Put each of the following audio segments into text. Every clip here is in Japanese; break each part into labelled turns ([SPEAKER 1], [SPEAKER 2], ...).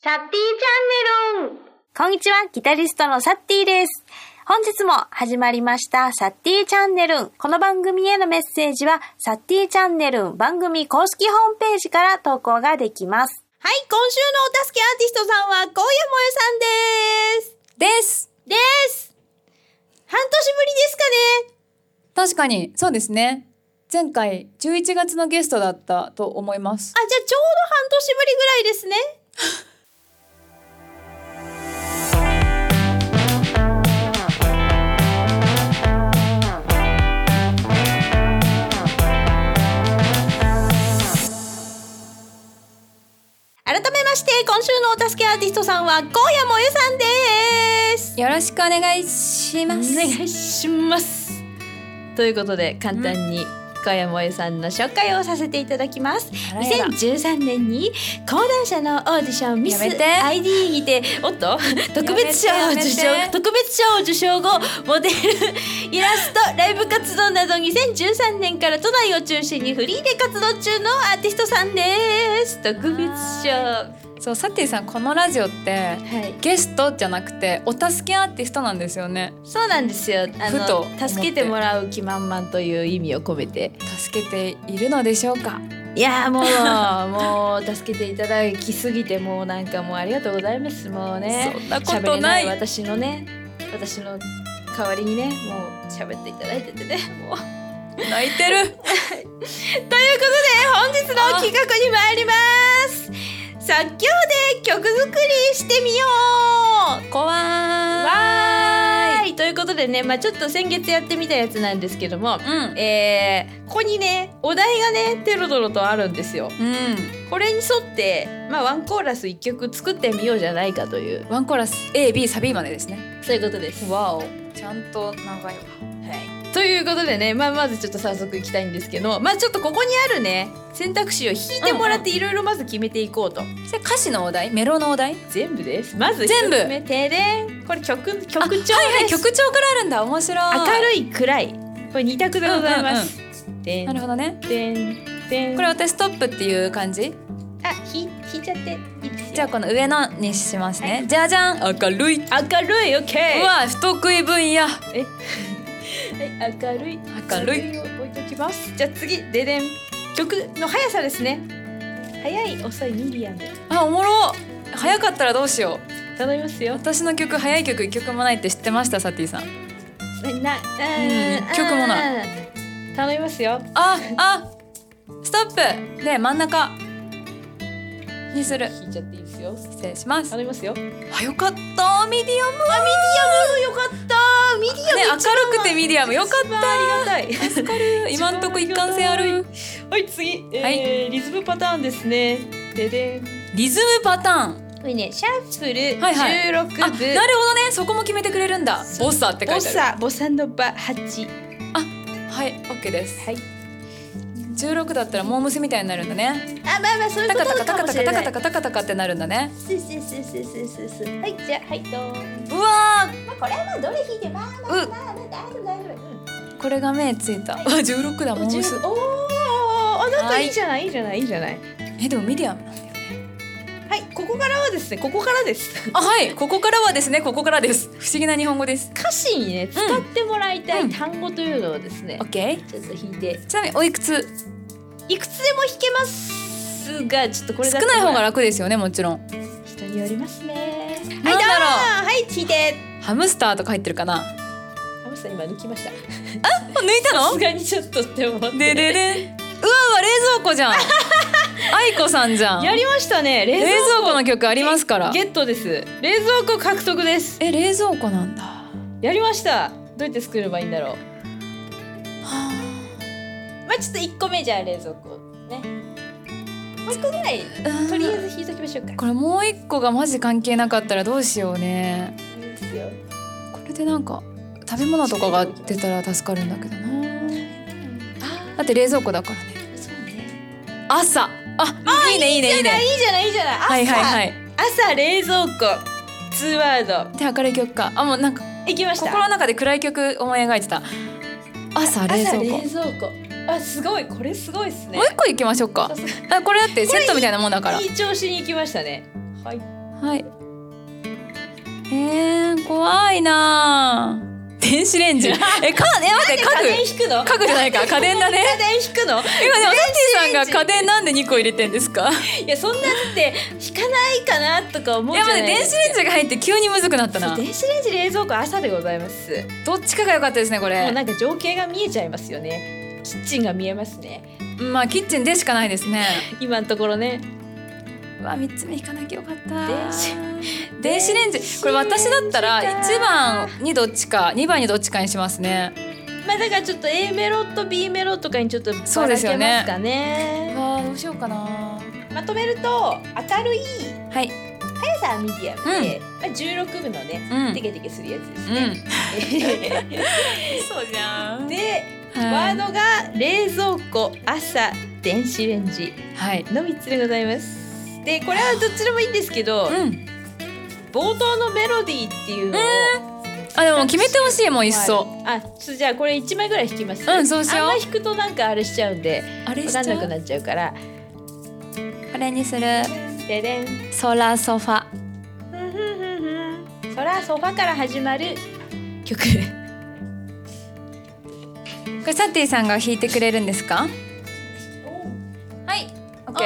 [SPEAKER 1] サッティーチャンネル
[SPEAKER 2] こんにちは、ギタリストのサッティです。本日も始まりました、サッティチャンネルン。この番組へのメッセージは、サッティチャンネルン番組公式ホームページから投稿ができます。
[SPEAKER 3] はい、今週のお助けアーティストさんは、ゴーヤモエさんです。です。です。半年ぶりですかね。
[SPEAKER 4] 確かにそうですね前回11月のゲストだったと思います
[SPEAKER 3] あ、じゃあちょうど半年ぶりぐらいですね。改めまして、今週のお助けアーティストさんは、ゴーヤモエさんです。
[SPEAKER 4] よろしくお願いします
[SPEAKER 3] お願いしますということで簡単に小山萌さんの紹介をさせていただきます
[SPEAKER 4] あらやだ
[SPEAKER 3] 2013年に講談社のオーディションミス
[SPEAKER 4] やめて
[SPEAKER 3] ID にておっ と特別賞を受賞
[SPEAKER 4] やめて
[SPEAKER 3] 特別賞を受賞後モデルイラストライブ活動など2013年から都内を中心にフリーで活動中のアーティストさんです特別賞は
[SPEAKER 4] そうサティさんこのラジオって
[SPEAKER 3] い
[SPEAKER 4] ゲストじゃなくてお助けアーティストなんですよね
[SPEAKER 3] そうなんですよあ
[SPEAKER 4] ふと思っ
[SPEAKER 3] の
[SPEAKER 4] て
[SPEAKER 3] 助けてもらう気満々という意味を込めて
[SPEAKER 4] 助けているのでしょうか
[SPEAKER 3] いやーもうもう助けていただきすぎてもうなんかもうありがとうございますもうね
[SPEAKER 4] そんなこ
[SPEAKER 3] 喋
[SPEAKER 4] と
[SPEAKER 3] れ
[SPEAKER 4] ない
[SPEAKER 3] 私のね私の代わりにねもう喋っていただいててねもうという
[SPEAKER 4] 泣いてる
[SPEAKER 3] ことで本日の企画に参ります作業で曲作りしてみよう
[SPEAKER 4] 怖い
[SPEAKER 3] わーいということでねまあちょっと先月やってみたやつなんですけども
[SPEAKER 4] うん
[SPEAKER 3] えー、ここにねお題がねテロドロとあるんですよ
[SPEAKER 4] うん
[SPEAKER 3] これに沿って、まあ、ワンコーラス1曲作ってみようじゃないかという
[SPEAKER 4] ワンコーラス AB サビまでですね
[SPEAKER 3] そういうことです。
[SPEAKER 4] わ
[SPEAKER 3] は
[SPEAKER 4] おちゃんと長いわ
[SPEAKER 3] い、ということでね、まあ、まずちょっと早速いきたいんですけど、まあ、ちょっとここにあるね選択肢を引いてもらっていろいろまず決めていこうと、
[SPEAKER 4] それ歌詞のお題メロのお題
[SPEAKER 3] 全部ですまず
[SPEAKER 4] 全部
[SPEAKER 3] 1つ目てれんこれ曲曲調
[SPEAKER 4] あ
[SPEAKER 3] です、
[SPEAKER 4] はいはい曲調からあるんだ面白い
[SPEAKER 3] 明
[SPEAKER 4] い
[SPEAKER 3] るい暗いこれ二択でございます。て
[SPEAKER 4] なる
[SPEAKER 3] ん
[SPEAKER 4] ほどね
[SPEAKER 3] てんてん
[SPEAKER 4] これ私ストップっていう感じ
[SPEAKER 3] あ引引いちゃっていいですよ
[SPEAKER 4] じゃあこの上のにしますね、じゃじゃん明るい、
[SPEAKER 3] 明るい OK
[SPEAKER 4] うわ不得意分野
[SPEAKER 3] はい、明るい
[SPEAKER 4] 明るい
[SPEAKER 3] それを置いときますじゃあ次ででん曲の速さですね速い遅いミディアムで
[SPEAKER 4] あおもろ早かったらどうしよう
[SPEAKER 3] 頼みますよ
[SPEAKER 4] 私の曲早い曲一曲もないって知ってましたサティさん
[SPEAKER 3] なうーん
[SPEAKER 4] うん一曲もない
[SPEAKER 3] 頼みますよ
[SPEAKER 4] ああストップで真ん中にする
[SPEAKER 3] 弾いちゃっていいですよ
[SPEAKER 4] 失礼します
[SPEAKER 3] 頼みますよあミディ
[SPEAKER 4] あよかったミディアム
[SPEAKER 3] アムよかったミディアム
[SPEAKER 4] ね明るくてミディアムよかっ
[SPEAKER 3] ったありがたい
[SPEAKER 4] た今んとこ一貫性ある
[SPEAKER 3] はい次、えー
[SPEAKER 4] はい
[SPEAKER 3] リズムパターンですねででんこ
[SPEAKER 4] リズムパターン
[SPEAKER 3] れねシャッフル16部、
[SPEAKER 4] はいはいあなるほどねそこも決めてくれるんだボッサって書
[SPEAKER 3] ボ
[SPEAKER 4] いてある
[SPEAKER 3] サボサノバ八
[SPEAKER 4] はいオッケーです
[SPEAKER 3] はい
[SPEAKER 4] 16だったらモームスみたいになるんだね
[SPEAKER 3] あまあまあそういう
[SPEAKER 4] タ
[SPEAKER 3] こ
[SPEAKER 4] カタカタ
[SPEAKER 3] とか
[SPEAKER 4] カ
[SPEAKER 3] も
[SPEAKER 4] タ
[SPEAKER 3] し
[SPEAKER 4] カ
[SPEAKER 3] れ
[SPEAKER 4] タ
[SPEAKER 3] な
[SPEAKER 4] カ
[SPEAKER 3] い
[SPEAKER 4] タカタカタカってなるんだね
[SPEAKER 3] スースースースースースースーはいじゃあはいどう
[SPEAKER 4] うわ
[SPEAKER 3] まあこれはまあどれ弾いてまあまあまあまあ大丈夫大丈
[SPEAKER 4] ーこれが目ついたうわ16だモームス
[SPEAKER 3] 夫おおあなんかいいじゃないいいじゃないいいじゃない
[SPEAKER 4] えでもミディアムなんだよ
[SPEAKER 3] はいここからはですねここからです
[SPEAKER 4] あはいここからはですねここからです不思議な日本語です
[SPEAKER 3] 歌詞にね使ってもらいた
[SPEAKER 4] う
[SPEAKER 3] い
[SPEAKER 4] ん
[SPEAKER 3] 単語というのをですね
[SPEAKER 4] オ、ッケ
[SPEAKER 3] ちょっと弾いて
[SPEAKER 4] ーちなみにおいくつ
[SPEAKER 3] いくつでも弾けますがちょっとこれ
[SPEAKER 4] 少
[SPEAKER 3] だと
[SPEAKER 4] ない方が楽ですよねもちろん
[SPEAKER 3] 人によりますねはいどう
[SPEAKER 4] なんだろう
[SPEAKER 3] はい弾いて
[SPEAKER 4] ハムスターとか入ってるかなあ
[SPEAKER 3] ハムさん今抜きました
[SPEAKER 4] 抜いた
[SPEAKER 3] さす
[SPEAKER 4] の
[SPEAKER 3] がにちょっとって思って
[SPEAKER 4] でででんうわうわ冷蔵庫じゃん愛子さんじゃん
[SPEAKER 3] や
[SPEAKER 4] 冷
[SPEAKER 3] りましたね冷蔵庫
[SPEAKER 4] 蔵庫の曲ありますから
[SPEAKER 3] ゲットです冷蔵庫獲得です
[SPEAKER 4] え冷蔵庫なんだは
[SPEAKER 3] やりましたどうやって作ればいいんだろう
[SPEAKER 4] あ
[SPEAKER 3] まあちょっと1個目じゃあ冷蔵庫ねもう1個ぐらいとりあえず引いときましょうか
[SPEAKER 4] これもう一個がマジ関係なかったらどうしようね
[SPEAKER 3] いいですよ
[SPEAKER 4] これでなんか食べ物とかが出たら助かるんだけどな
[SPEAKER 3] あ
[SPEAKER 4] だって冷蔵庫だからね
[SPEAKER 3] そうね
[SPEAKER 4] 朝あいいねいいねいいね
[SPEAKER 3] いいじゃないいいじゃない朝、
[SPEAKER 4] はいはいはい
[SPEAKER 3] 朝冷蔵庫ツーワー
[SPEAKER 4] で明るい曲かあもうなんか
[SPEAKER 3] ドいきました
[SPEAKER 4] 心の中で暗い曲思い描いてた朝冷蔵庫
[SPEAKER 3] 朝冷
[SPEAKER 4] もう
[SPEAKER 3] 蔵庫あすごいこれすごいっすね
[SPEAKER 4] 一個行きましょうか
[SPEAKER 3] さすが
[SPEAKER 4] あこれだってセットみたいなもんだから
[SPEAKER 3] いい調子に行きましたねはい
[SPEAKER 4] あはい。えー、怖いなぁ電子レン ジ。え、か、え、待って、
[SPEAKER 3] 家電
[SPEAKER 4] 家
[SPEAKER 3] 引くの
[SPEAKER 4] 具。家具じゃないか、家電だ ね。
[SPEAKER 3] 家電引く
[SPEAKER 4] 今で
[SPEAKER 3] の
[SPEAKER 4] も、サッティさん
[SPEAKER 3] 電子レンジ
[SPEAKER 4] が家電なんで2個入れてんですか。
[SPEAKER 3] いやそんなだって引かないかなとか思
[SPEAKER 4] いう
[SPEAKER 3] じ
[SPEAKER 4] や、
[SPEAKER 3] ゃな
[SPEAKER 4] ま
[SPEAKER 3] い
[SPEAKER 4] だ電子レンジが入って、急にむずくなった
[SPEAKER 3] そう
[SPEAKER 4] な。
[SPEAKER 3] 電子レンジ冷蔵庫朝でございます
[SPEAKER 4] どっちかが良かったですね、こ
[SPEAKER 3] もう
[SPEAKER 4] れ。
[SPEAKER 3] なんか情景が見えちゃいますよねキッチンが見えますね
[SPEAKER 4] まあ、キッチンでしかないですね。
[SPEAKER 3] 今のところね
[SPEAKER 4] うわ、3つ目引かなきゃよかった。
[SPEAKER 3] 電子
[SPEAKER 4] 電子レンジこれ私だったら
[SPEAKER 3] 電子レンジ
[SPEAKER 4] 1番にどっちか2番にどっちかにしますね
[SPEAKER 3] まあだからちょっと A メロと B メロとかにちょっとばらけ
[SPEAKER 4] そうですよね
[SPEAKER 3] ますかね
[SPEAKER 4] あどうしようかな
[SPEAKER 3] まとめると明るい
[SPEAKER 4] はい
[SPEAKER 3] 速さはミディアムで、まあ、16部のね
[SPEAKER 4] うん
[SPEAKER 3] テケテケするやつです
[SPEAKER 4] うん
[SPEAKER 3] ね、
[SPEAKER 4] そうじゃん
[SPEAKER 3] でワ
[SPEAKER 4] は
[SPEAKER 3] ー
[SPEAKER 4] い
[SPEAKER 3] ドが冷蔵庫朝電子レンジ
[SPEAKER 4] はい
[SPEAKER 3] の3つでございますでこれはどっちでもいいんですけど、
[SPEAKER 4] うん
[SPEAKER 3] 冒頭のメロディーっていうのを、
[SPEAKER 4] あでも決めてほしいもういっそ
[SPEAKER 3] あちょじゃあこれ一枚ぐらい弾きます
[SPEAKER 4] うんそうしよう
[SPEAKER 3] あんま弾くとなんかあれしちゃうんで
[SPEAKER 4] あれ
[SPEAKER 3] 分かんなくなっちゃうから
[SPEAKER 4] これにする
[SPEAKER 3] ででん
[SPEAKER 4] ソーラーソファ
[SPEAKER 3] ふんふんふんふんそらそばから始まる 曲
[SPEAKER 4] これサティさんが弾いてくれるんですかはいオッケ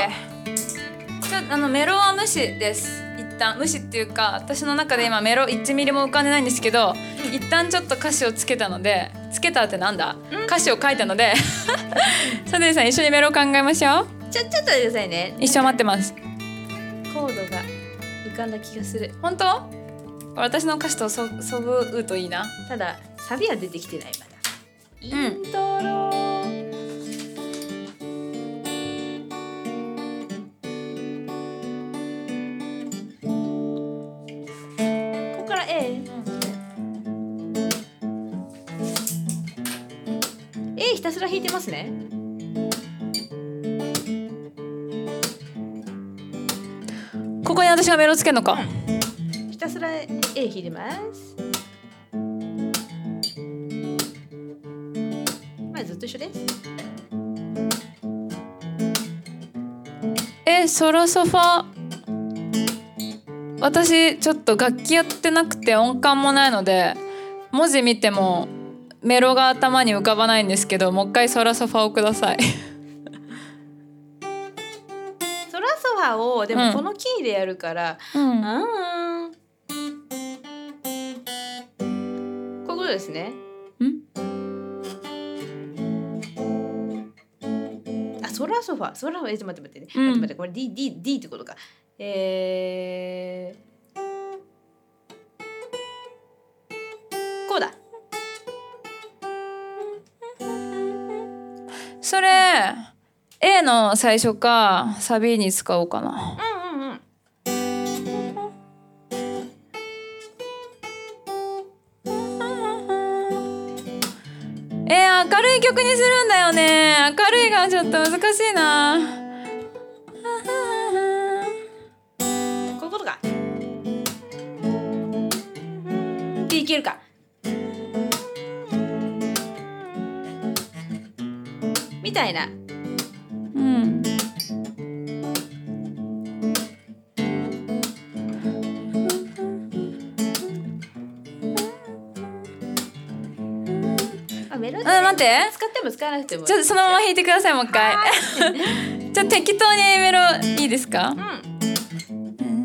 [SPEAKER 4] ーちょっとあのメロは無視です一旦無視っていうか私の中で今メロ1ミリも浮かんでないんですけど、一旦ちょっと歌詞をつけたのでつけたってなんだ、歌詞を書いたので サティさん一緒にメロ考えましょう
[SPEAKER 3] ちょちょっと待ってくださいね
[SPEAKER 4] 一生待ってます
[SPEAKER 3] コードが浮かんだ気がする
[SPEAKER 4] 本当これ私の歌詞とそそぐうといいな
[SPEAKER 3] ただサビは出てきてないまだイ
[SPEAKER 4] ん
[SPEAKER 3] ントロ、ここから A A ひたすら弾いてますね
[SPEAKER 4] ここに私がメロつけるのか、
[SPEAKER 3] ひたすら A 弾いてますまあずっと一緒です
[SPEAKER 4] えソロソファ私ちょっと楽器やってなくて音感もないので文字見てもメロが頭に浮かばないんですけどもう一回ソロソファをください
[SPEAKER 3] ソラソファをで
[SPEAKER 4] う
[SPEAKER 3] も
[SPEAKER 4] ん
[SPEAKER 3] このキーでやるから、
[SPEAKER 4] うん
[SPEAKER 3] あーんこういうことですねあソラソファソラソファえちょっと待って待って、
[SPEAKER 4] うん
[SPEAKER 3] 待って待ってこれ D, D, D ってことかえー、こうだ
[SPEAKER 4] それ A の最初かサビに使おうかな
[SPEAKER 3] うんうんうん
[SPEAKER 4] えー、明るい曲にするんだよね明るいがちょっと難しいな
[SPEAKER 3] こういうことかでいけるかみたいな
[SPEAKER 4] うん
[SPEAKER 3] あメロディー
[SPEAKER 4] うん待って
[SPEAKER 3] 使っても使わなくても
[SPEAKER 4] ちょっとそのまま弾いてくださいもう一回ちょっと適当に A メロいいですか
[SPEAKER 3] うん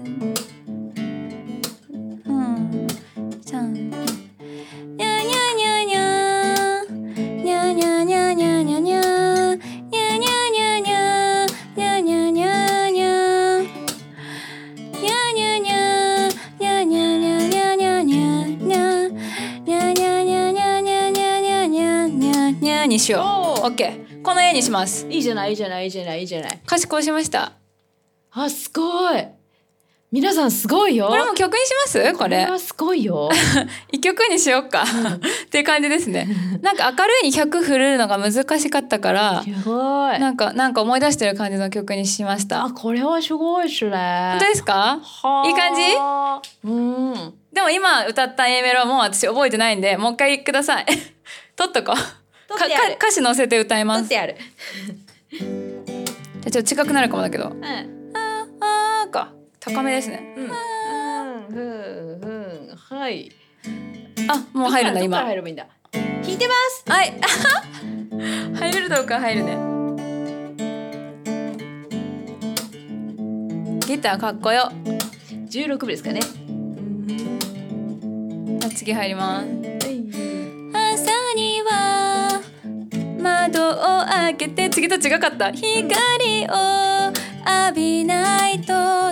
[SPEAKER 4] にしよう。
[SPEAKER 3] おー
[SPEAKER 4] オッケー。この A にします。
[SPEAKER 3] いいじゃないいいじゃないいいじゃないいいじゃない
[SPEAKER 4] 歌詞こうしました。
[SPEAKER 3] あすごい皆さんすごいよ
[SPEAKER 4] これも曲にします？これ。
[SPEAKER 3] はすご いよ
[SPEAKER 4] 一曲にしようかっていう感じですね。なんか明るいに100振るのが難しかったから、
[SPEAKER 3] すごい
[SPEAKER 4] なんかなんか思い出してる感じの曲にしました。
[SPEAKER 3] あ
[SPEAKER 4] 本
[SPEAKER 3] これはすごいっすね
[SPEAKER 4] 当ですか？
[SPEAKER 3] はー
[SPEAKER 4] いい感じ
[SPEAKER 3] うん
[SPEAKER 4] でも今歌った A メロはもう私覚えてないんで、もう一回ください。 取っとこう。
[SPEAKER 3] 取ってやる
[SPEAKER 4] かか歌詞載せて歌いま
[SPEAKER 3] 取っ
[SPEAKER 4] す。
[SPEAKER 3] て
[SPEAKER 4] じゃ
[SPEAKER 3] やる
[SPEAKER 4] あちょっと近くなるかもだけど。
[SPEAKER 3] うん
[SPEAKER 4] あーか高めですね。
[SPEAKER 3] うん
[SPEAKER 4] あ
[SPEAKER 3] ふんふんはい
[SPEAKER 4] あもう入るんだ
[SPEAKER 3] どっ
[SPEAKER 4] 今
[SPEAKER 3] からどっか
[SPEAKER 4] は
[SPEAKER 3] ら入
[SPEAKER 4] い
[SPEAKER 3] ればいいんだ弾いてます
[SPEAKER 4] あは 入れるどうか入るねギターかっこよ
[SPEAKER 3] 16部ですかね
[SPEAKER 4] あ次入ります朝には窓を開けて次と違かった光を浴びないと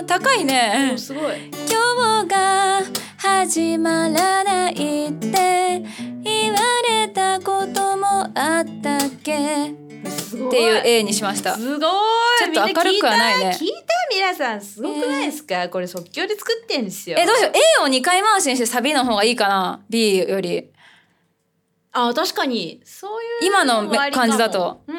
[SPEAKER 4] 高いね
[SPEAKER 3] おすご い
[SPEAKER 4] 今日が始まらないって言われたこともあったっけ
[SPEAKER 3] すごい
[SPEAKER 4] っていう A にしました
[SPEAKER 3] すごい
[SPEAKER 4] ちょっと明るくはないね
[SPEAKER 3] みん聞いた聞いた皆さんすごくないですか、これ即興で作ってんですよ
[SPEAKER 4] えどうしよう A を2回回しにしてサビの方がいいかな B より
[SPEAKER 3] あ確かにそういう
[SPEAKER 4] 今の
[SPEAKER 3] もありかも
[SPEAKER 4] 感じだと
[SPEAKER 3] うん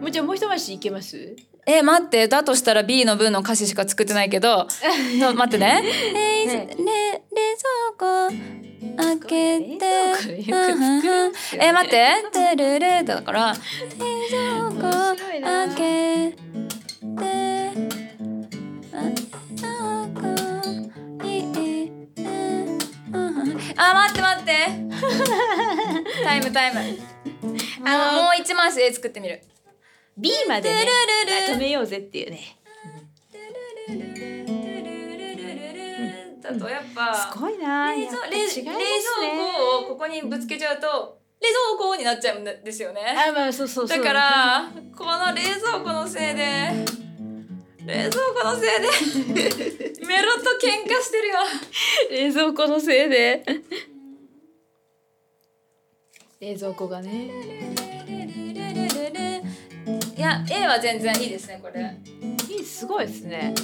[SPEAKER 3] もうじゃあもう一回しいけます
[SPEAKER 4] え待ってだとしたら B の分の歌詞しか作ってないけ どの待ってね冷
[SPEAKER 3] ね
[SPEAKER 4] 蔵庫開けて
[SPEAKER 3] 冷蔵庫よく作るんですよね
[SPEAKER 4] え待って「てるる」だから「冷蔵庫
[SPEAKER 3] 白いな
[SPEAKER 4] 開けて」あ待って待ってタイムタイムあのもう一回し絵作ってみる
[SPEAKER 3] B までね
[SPEAKER 4] ルルル
[SPEAKER 3] まとめようぜっていうね
[SPEAKER 4] だとやっぱ
[SPEAKER 3] すごいな
[SPEAKER 4] 冷
[SPEAKER 3] やっ
[SPEAKER 4] 蔵
[SPEAKER 3] ぱ
[SPEAKER 4] 冷
[SPEAKER 3] 違いま
[SPEAKER 4] 冷
[SPEAKER 3] す
[SPEAKER 4] 蔵
[SPEAKER 3] ね
[SPEAKER 4] 庫をここにぶつけちゃうと冷蔵庫になっちゃうんですよね
[SPEAKER 3] あまあそうそうそう
[SPEAKER 4] だからこの冷蔵庫のせいで冷蔵庫のせい でメロと喧嘩してるよ
[SPEAKER 3] 冷蔵庫のせいで冷蔵庫がね
[SPEAKER 4] いや A は全然いいですねこれ
[SPEAKER 3] いいすごいですね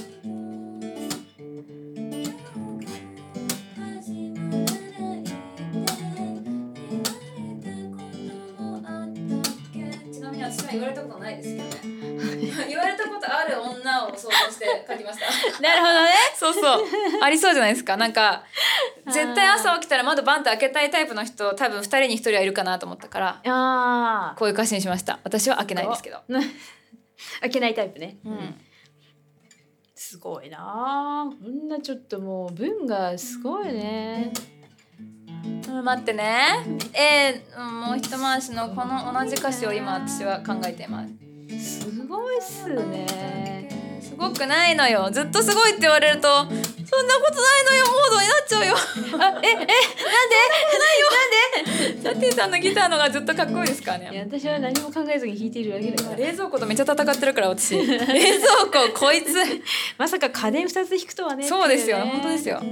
[SPEAKER 4] ちなみに私は言われたことないですけどね言われたことある女を想像して書きました
[SPEAKER 3] なるほどね
[SPEAKER 4] そうそうありそうじゃないですかなん か絶対朝起きたら窓バンと開けたいタイプの人多分2人に1人はいるかなと思ったから
[SPEAKER 3] ああ
[SPEAKER 4] こういう歌詞にしました私は開けないですけど、
[SPEAKER 3] 開けないタイプね
[SPEAKER 4] うん、
[SPEAKER 3] すごいなあこんなちょっともう文がすごいね
[SPEAKER 4] うん待ってねえーうんもう一回しのこの同じ歌詞を今私は考えています
[SPEAKER 3] すごいっすね
[SPEAKER 4] すごくないのよずっとすごいって言われるとそんなことないのよモードになっちゃうよあええなんでないよなんでサティさんのギターのがずっとかっこいいですからね
[SPEAKER 3] いや私は何も考えずに弾いているだけだから
[SPEAKER 4] 冷蔵庫とめっちゃ戦ってるから私冷蔵庫こ いつ
[SPEAKER 3] まさか家電二つ弾くとはね
[SPEAKER 4] そうですよ
[SPEAKER 3] っていね
[SPEAKER 4] 本当ですよ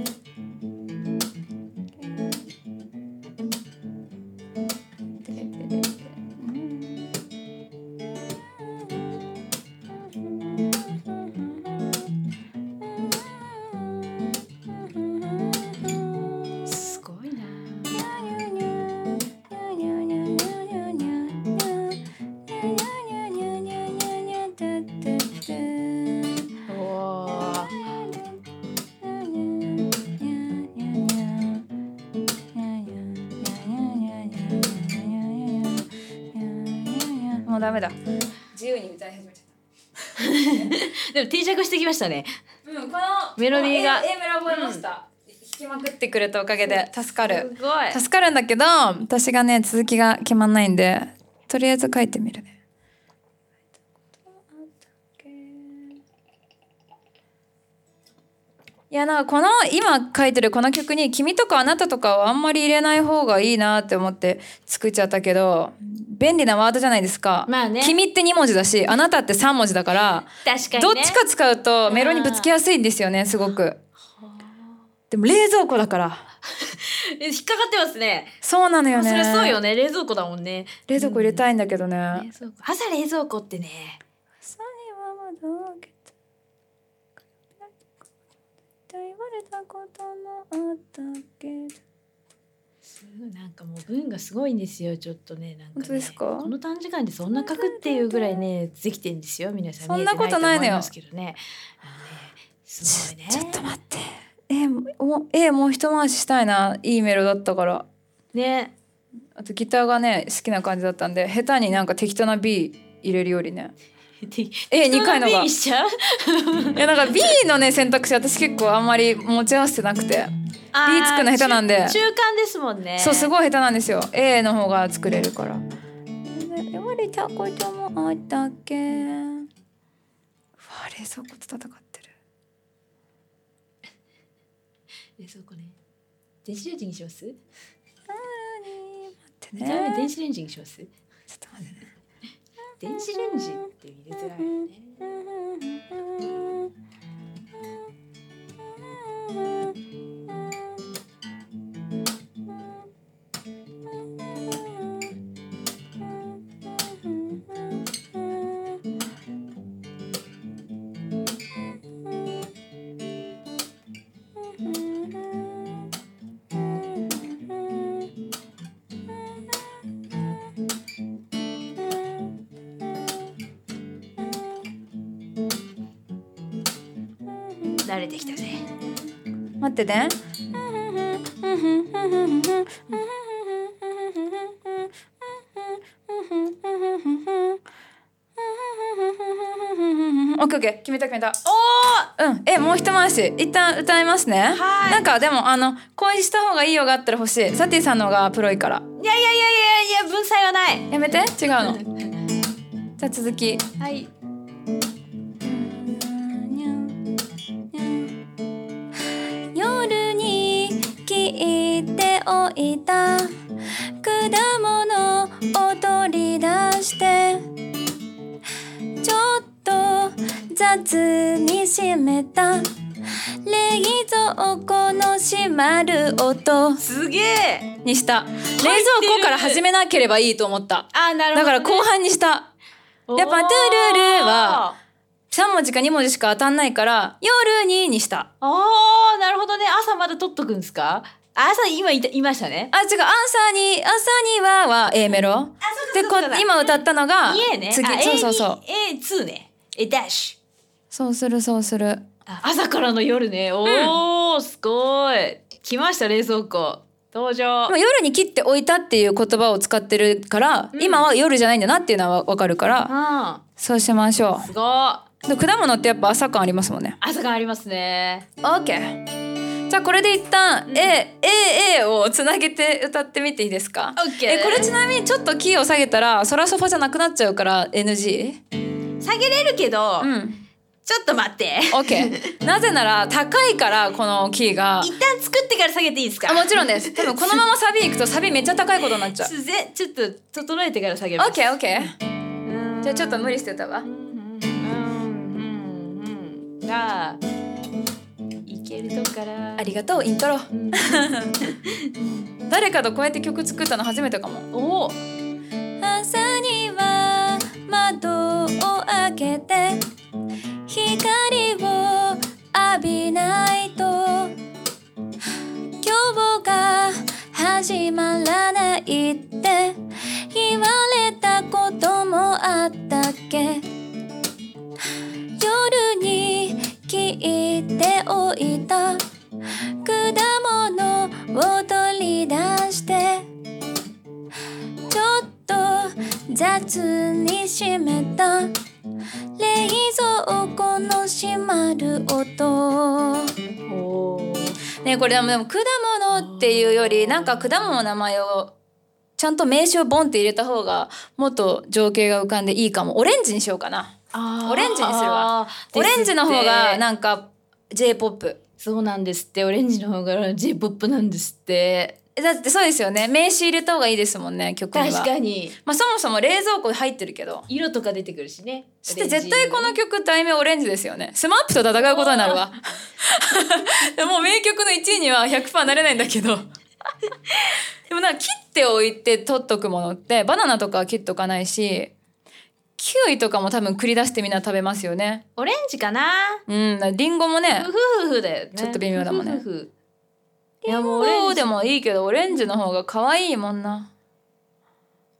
[SPEAKER 3] すごいなおー
[SPEAKER 4] もうダメだ自由に歌い始めちゃっ
[SPEAKER 3] でも定着してきましたね
[SPEAKER 4] たうんこの
[SPEAKER 3] メロディーが
[SPEAKER 4] この A, A メロ覚えました、弾きまくってくれたおかげで助か
[SPEAKER 3] す
[SPEAKER 4] る
[SPEAKER 3] ごい
[SPEAKER 4] 助かるんだけど私がね続きが決まんないんでとりあえず書いてみるねいやなんかこの今書いてるこの曲に「君」とか「あなた」とかはあんまり入れない方がいいなって思って作っちゃったけど便利なワードじゃないですか「
[SPEAKER 3] まあね
[SPEAKER 4] 君」って2文字だし「あなた」って3文字だから、
[SPEAKER 3] 確かにね
[SPEAKER 4] どっちか使うとメロにぶつけやすいんですよねすごく。でも冷蔵庫だから
[SPEAKER 3] え引っかかってますね
[SPEAKER 4] そうなのよね。
[SPEAKER 3] それそうよね冷蔵庫だもんね
[SPEAKER 4] 冷蔵庫入れたいんだけどね。
[SPEAKER 3] 冷蔵庫朝冷蔵庫ってね
[SPEAKER 4] 朝には窓を開けて言われたこともあったけ
[SPEAKER 3] すごいなんかもう文がすごいんですよちょっとねなんかね
[SPEAKER 4] 本当ですか
[SPEAKER 3] この短時間でそんな書くっていうぐらいねできてんですよ皆さん
[SPEAKER 4] そんなことないのよ
[SPEAKER 3] 見えてと思ますけどねあのねすごいね
[SPEAKER 4] ちょっと待って。えも A もう一回ししたいないいメロだったから
[SPEAKER 3] ね
[SPEAKER 4] あとギターがね好きな感じだったんで下手になんか適当な B 入れるよりねえ二回のが
[SPEAKER 3] にしちゃう
[SPEAKER 4] いやなんか B のね選択肢私結構あんまり持ち合わせてなくて B 作るの下手なんで
[SPEAKER 3] 中中間ですもんね
[SPEAKER 4] そうす
[SPEAKER 3] ごい
[SPEAKER 4] ごい下手なんですよ A の方が作れるから言われたこともあったっけうわ冷蔵庫と戦ってる
[SPEAKER 3] 冷蔵庫ね電子レンジにします
[SPEAKER 4] 待って
[SPEAKER 3] 見た目
[SPEAKER 4] ね
[SPEAKER 3] 電子レンジにします
[SPEAKER 4] ちょっと待ってね
[SPEAKER 3] 電子レンジって入れづらいよね慣れてきたぜ
[SPEAKER 4] 待ってねオッケーオッケー決めた決めたおおうんえもう一回し一旦歌いますね
[SPEAKER 3] はい
[SPEAKER 4] なんかでもあの恋した方がいいよがあったら欲しいサティさんの方がプロいから
[SPEAKER 3] いやいやいやいやいや文才はない
[SPEAKER 4] やめて違うのじゃあ続き
[SPEAKER 3] はい
[SPEAKER 4] 夜に聞いておいた果物を取り出して ちょっと雑に閉めた冷蔵庫の閉まる音
[SPEAKER 3] すげえ
[SPEAKER 4] にした冷蔵庫から始めなければいいと思った
[SPEAKER 3] あなる
[SPEAKER 4] だ
[SPEAKER 3] ほど、ね、
[SPEAKER 4] から後半にした
[SPEAKER 3] おー
[SPEAKER 4] やっぱトゥルルは3文字か2文字しか当たんないから夜ににした
[SPEAKER 3] あーなるほどね朝まだ取っとくんですかあ朝今いたいましたね
[SPEAKER 4] あ違う朝に朝にはは A メロ
[SPEAKER 3] あそう
[SPEAKER 4] でこ今歌ったのが
[SPEAKER 3] A ね
[SPEAKER 4] 次
[SPEAKER 3] あ
[SPEAKER 4] そうそうそう
[SPEAKER 3] A2 A2 ね A ダッシュ
[SPEAKER 4] そうするそうする
[SPEAKER 3] あ朝からの夜ねおー、すごい来ました冷蔵庫登場
[SPEAKER 4] でも夜に切っておいたっていう言葉を使ってるから、
[SPEAKER 3] うん
[SPEAKER 4] 今は夜じゃないんだなっていうのはわかるから
[SPEAKER 3] あ
[SPEAKER 4] そうしましょ
[SPEAKER 3] すごい
[SPEAKER 4] で
[SPEAKER 3] う
[SPEAKER 4] 果物ってやっぱ朝感ありますもんね
[SPEAKER 3] 朝がありますね
[SPEAKER 4] OK じゃあこれで一旦 AAA、をつなげて歌ってみていいですか
[SPEAKER 3] OK
[SPEAKER 4] えこれちなみにちょっとキーを下げたらソラソファじゃなくなっちゃうから NG?
[SPEAKER 3] 下げれるけど、
[SPEAKER 4] うん
[SPEAKER 3] ちょっと待って
[SPEAKER 4] OK なぜなら高いからこのキーが
[SPEAKER 3] 一旦作ってから下げていいですか
[SPEAKER 4] あもちろんです多分このままサビ行くとサビめっちゃ高いことになっち ゃう
[SPEAKER 3] ちょぜちょっと整えてから下げます
[SPEAKER 4] OKOK じゃあちょっと無理して歌うわ
[SPEAKER 3] うんうんうんうんがいけるとから
[SPEAKER 4] ありがとうイントロ
[SPEAKER 3] うん
[SPEAKER 4] 誰かとこうやって曲作ったの初めてかも
[SPEAKER 3] お
[SPEAKER 4] 朝には窓を開けて光を浴びないと今日が始まらないって言われたこともあったっけ夜に聞いておいた果物を取り出してちょっと雑に閉めた冷蔵庫の閉まる音
[SPEAKER 3] お
[SPEAKER 4] ねこれでもでも果物っていうよりなんか果物の名前をちゃんと名詞をボンって入れた方がもっと情景が浮かんでいいかもオレンジにしようかな
[SPEAKER 3] あ
[SPEAKER 4] ー
[SPEAKER 3] オレンジにするわ
[SPEAKER 4] オレンジの方が
[SPEAKER 3] な
[SPEAKER 4] なんか J-POP
[SPEAKER 3] そうなんですってオレンジの方が J-POP なんですって
[SPEAKER 4] えだってそうですよね名詞入れた方がいいですもんね曲には
[SPEAKER 3] 確かに
[SPEAKER 4] まあ、そもそも冷蔵庫入ってるけど
[SPEAKER 3] 色とか出てくるしね
[SPEAKER 4] そして絶対この曲題名オレンジですよねスマップと戦うことになる わでもう名曲の1位には100%なれないんだけ どでもなんか切っておいて取っとくものってバナナとかは切っとかないしキウイとかも多分繰り出してみんな食べますよね
[SPEAKER 3] オレンジかな
[SPEAKER 4] うんリンゴもね
[SPEAKER 3] ふふふふだよね
[SPEAKER 4] ちょっと微妙だもんね
[SPEAKER 3] ふふふい
[SPEAKER 4] い
[SPEAKER 3] や
[SPEAKER 4] や
[SPEAKER 3] も
[SPEAKER 4] もう
[SPEAKER 3] うオレンジ
[SPEAKER 4] でもいいけどオレンジの方が可愛いもんな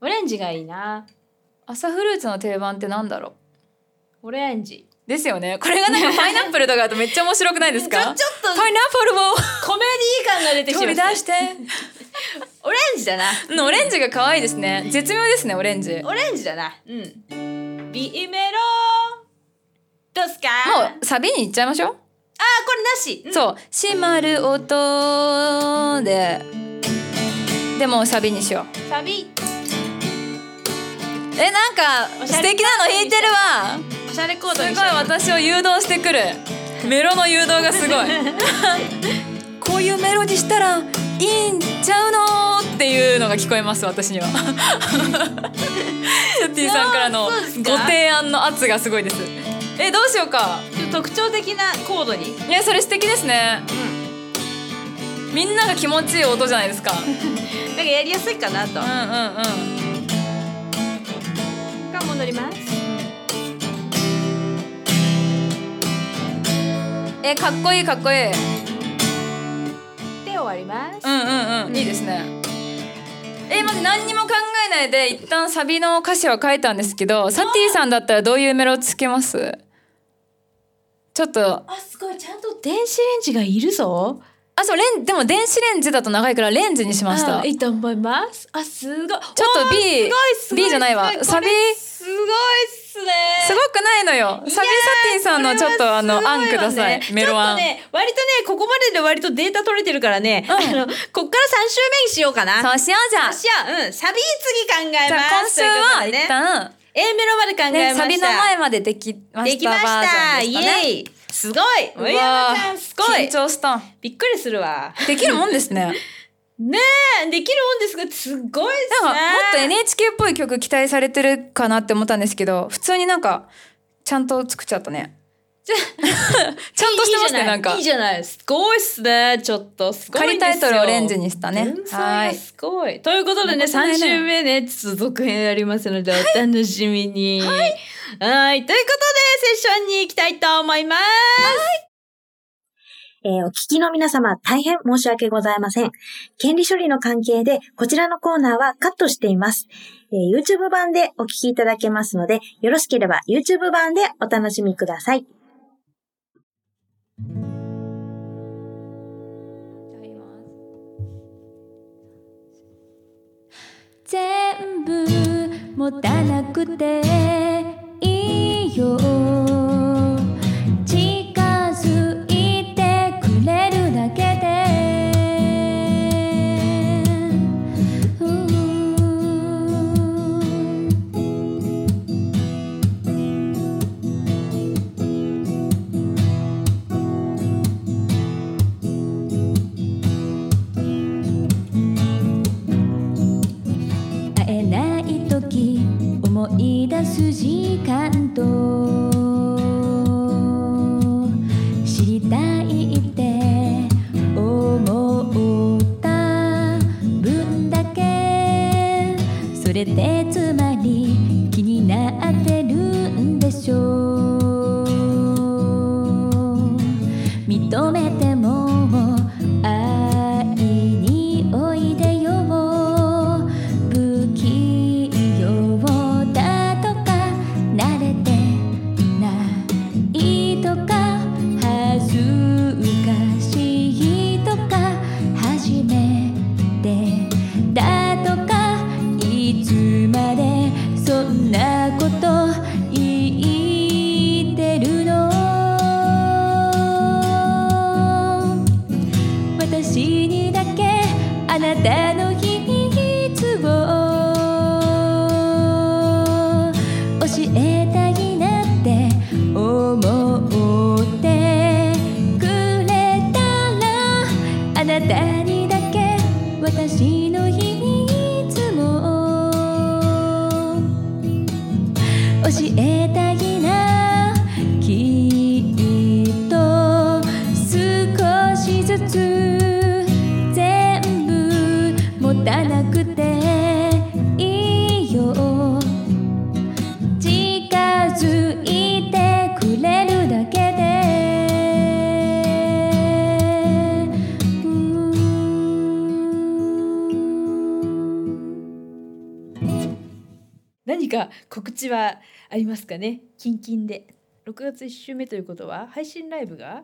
[SPEAKER 3] オレンジがいいな
[SPEAKER 4] 朝フルーツの定番ってなんだろう
[SPEAKER 3] オレンジ
[SPEAKER 4] ですよねこれがなんかパイナップルとかだとめっちゃ面白くないですか
[SPEAKER 3] ちょちょっと
[SPEAKER 4] パイナップルを
[SPEAKER 3] コメディ感が出てき
[SPEAKER 4] 取
[SPEAKER 3] ま
[SPEAKER 4] り
[SPEAKER 3] し
[SPEAKER 4] 出
[SPEAKER 3] た
[SPEAKER 4] して
[SPEAKER 3] オレンジだな
[SPEAKER 4] うんオレンジが可愛いですね絶妙ですねオレンジ
[SPEAKER 3] オレンジだなうん B メロどうすか
[SPEAKER 4] もうサビに行っちゃいましょう。
[SPEAKER 3] あーこれなし、う
[SPEAKER 4] そう、閉まる音で。でもうサビにしよう。
[SPEAKER 3] んサビ
[SPEAKER 4] え、なんか素敵なの弾いてるわ。
[SPEAKER 3] おしゃれコー
[SPEAKER 4] す
[SPEAKER 3] ド
[SPEAKER 4] ご
[SPEAKER 3] に
[SPEAKER 4] い
[SPEAKER 3] しよう
[SPEAKER 4] 私を誘導してくる。メロの誘導が すごい。こういうメロにしたらいいんちゃうのっていうのが聞こえます私 には。セッティさんからの
[SPEAKER 3] そうですか
[SPEAKER 4] ご提案の圧がすごいです。え、どうしようか。
[SPEAKER 3] ちょっと特徴的なコードに
[SPEAKER 4] いやそれ素敵ですね。みんなが気持ちいい音じゃない ですか。
[SPEAKER 3] なんかやりやすいかなと、
[SPEAKER 4] うんうんうん。
[SPEAKER 3] が戻ります
[SPEAKER 4] えかっこいいかっこいい
[SPEAKER 3] で終わります、
[SPEAKER 4] うんうんうんいいですねえまず何にも考えないで一旦サビの歌詞は書いたんですけどサティさんだったらどういうメロつけますちょっと
[SPEAKER 3] あすごいちゃんと電子レンジがいるぞ
[SPEAKER 4] あそうレンでも電子レンジだと長いからレンジにしました
[SPEAKER 3] うんいいと思いますあすごいちょっ
[SPEAKER 4] ちょっと B B じゃないわサビ
[SPEAKER 3] すごいっすね
[SPEAKER 4] すごくないのよサビサティさんのちょっとあの、案くださいメロ案
[SPEAKER 3] ちょっとね割とねここまでで割とデータ取れてるからね、あのこっから3週目にしようかな
[SPEAKER 4] そうしようじゃあ
[SPEAKER 3] じゃあうんサビ次考え
[SPEAKER 4] じゃあ
[SPEAKER 3] ま
[SPEAKER 4] 今
[SPEAKER 3] す
[SPEAKER 4] 週は
[SPEAKER 3] ということで
[SPEAKER 4] 一
[SPEAKER 3] ね
[SPEAKER 4] 旦、
[SPEAKER 3] A メロまで考え
[SPEAKER 4] ね、
[SPEAKER 3] ました、
[SPEAKER 4] サビの前までできま
[SPEAKER 3] で
[SPEAKER 4] し
[SPEAKER 3] き
[SPEAKER 4] た
[SPEAKER 3] ま
[SPEAKER 4] バ
[SPEAKER 3] し
[SPEAKER 4] ージ
[SPEAKER 3] た
[SPEAKER 4] ョンでしたね
[SPEAKER 3] イエイすごい上山ちゃんすごい
[SPEAKER 4] 緊張した
[SPEAKER 3] びっくりするわ
[SPEAKER 4] できるもん ですね
[SPEAKER 3] ねえできるもんですがすごいっす
[SPEAKER 4] な
[SPEAKER 3] ね
[SPEAKER 4] んかもっと NHK っぽい曲期待されてるかなって思ったんですけど普通になんかちゃんと作っちゃったね ちゃんとしてますねなんか
[SPEAKER 3] いいじゃないいいじゃないすごいっすねちょっとすごい
[SPEAKER 4] 仮
[SPEAKER 3] んですよ
[SPEAKER 4] タイトルをレンジにしたね
[SPEAKER 3] 天
[SPEAKER 4] は
[SPEAKER 3] 才が
[SPEAKER 4] い
[SPEAKER 3] すごいということでね
[SPEAKER 4] そんな
[SPEAKER 3] 3
[SPEAKER 4] ことないね
[SPEAKER 3] 週目ねちょっと続編ありますのでお楽しみにはいはいということでセッションに行きたいと思います
[SPEAKER 2] えーお聞きの皆様、大変申し訳ございません。権利処理の関係で、こちらのコーナーはカットしています。えー YouTube 版でお聞きいただけますので、よろしければ YouTube 版でお楽しみください。
[SPEAKER 5] 全部持たなくていいよ近づいてくれるだけでうん会えない時思い出す時間と知りたいって思った分だけそれでつまり気になってるんでしょう認めても愛においでよ不器用だとか慣れてないとか恥ずかしいとか初めてだとかいつまでそんなこと言ってるの私にだけあなたの秘密を教えたいなって思ってくれたらあなたにだけ私の秘密も教えたいなきっと少しずつ全部持たなくていいよ近づいてくれるだけでうん
[SPEAKER 3] 何か告知はありますかねキンキンで6月1週目ということは配信ライブが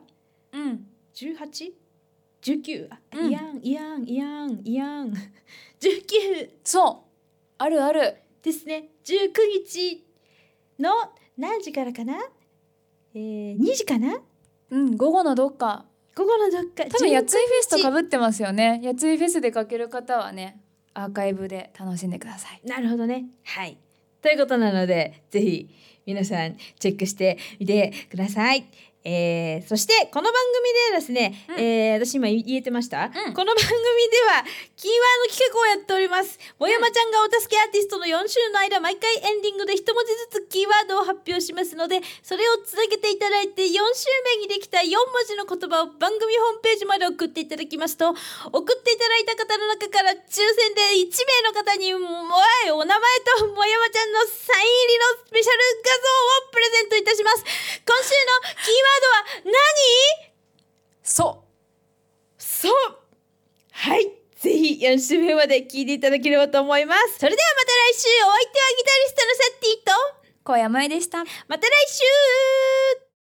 [SPEAKER 4] うん
[SPEAKER 3] 十八、十九、あ、
[SPEAKER 4] うん
[SPEAKER 3] いやん、いやん、いやん、いやん。 十九
[SPEAKER 4] そうあるある
[SPEAKER 3] ですね。十九日の何時からかな。えー、2時かな
[SPEAKER 4] うん、午後のどっか。
[SPEAKER 3] 午後のどっか
[SPEAKER 4] 多分やついフェスとかぶってますよね。やついフェスでかける方はね、アーカイブで楽しんでください。
[SPEAKER 3] なるほどね。はい。ということなので、ぜひ皆さんチェックしてみてください。えー、そしてこの番組でですね、
[SPEAKER 4] うん
[SPEAKER 3] えー私今言えてました、
[SPEAKER 4] ん
[SPEAKER 3] この番組ではキーワード企画をやっておりますぼやまちゃんがお助けアーティストの4週の間毎回エンディングで一文字ずつキーワードを発表しますのでそれを続けていただいて4週目にできた4文字の言葉を番組ホームページまで送っていただきますと送っていただいた方の中から抽選で1名の方にもいお名前ともやまちゃんのサイン入りのスペシャル画像をプレゼントいたします今週のキーワードは何
[SPEAKER 4] そ
[SPEAKER 3] そうはいぜひ4週目まで聞いていただければと思いますそれではまた来週お相手はギタリストのサッティと
[SPEAKER 4] う、小山江でした。
[SPEAKER 3] また来週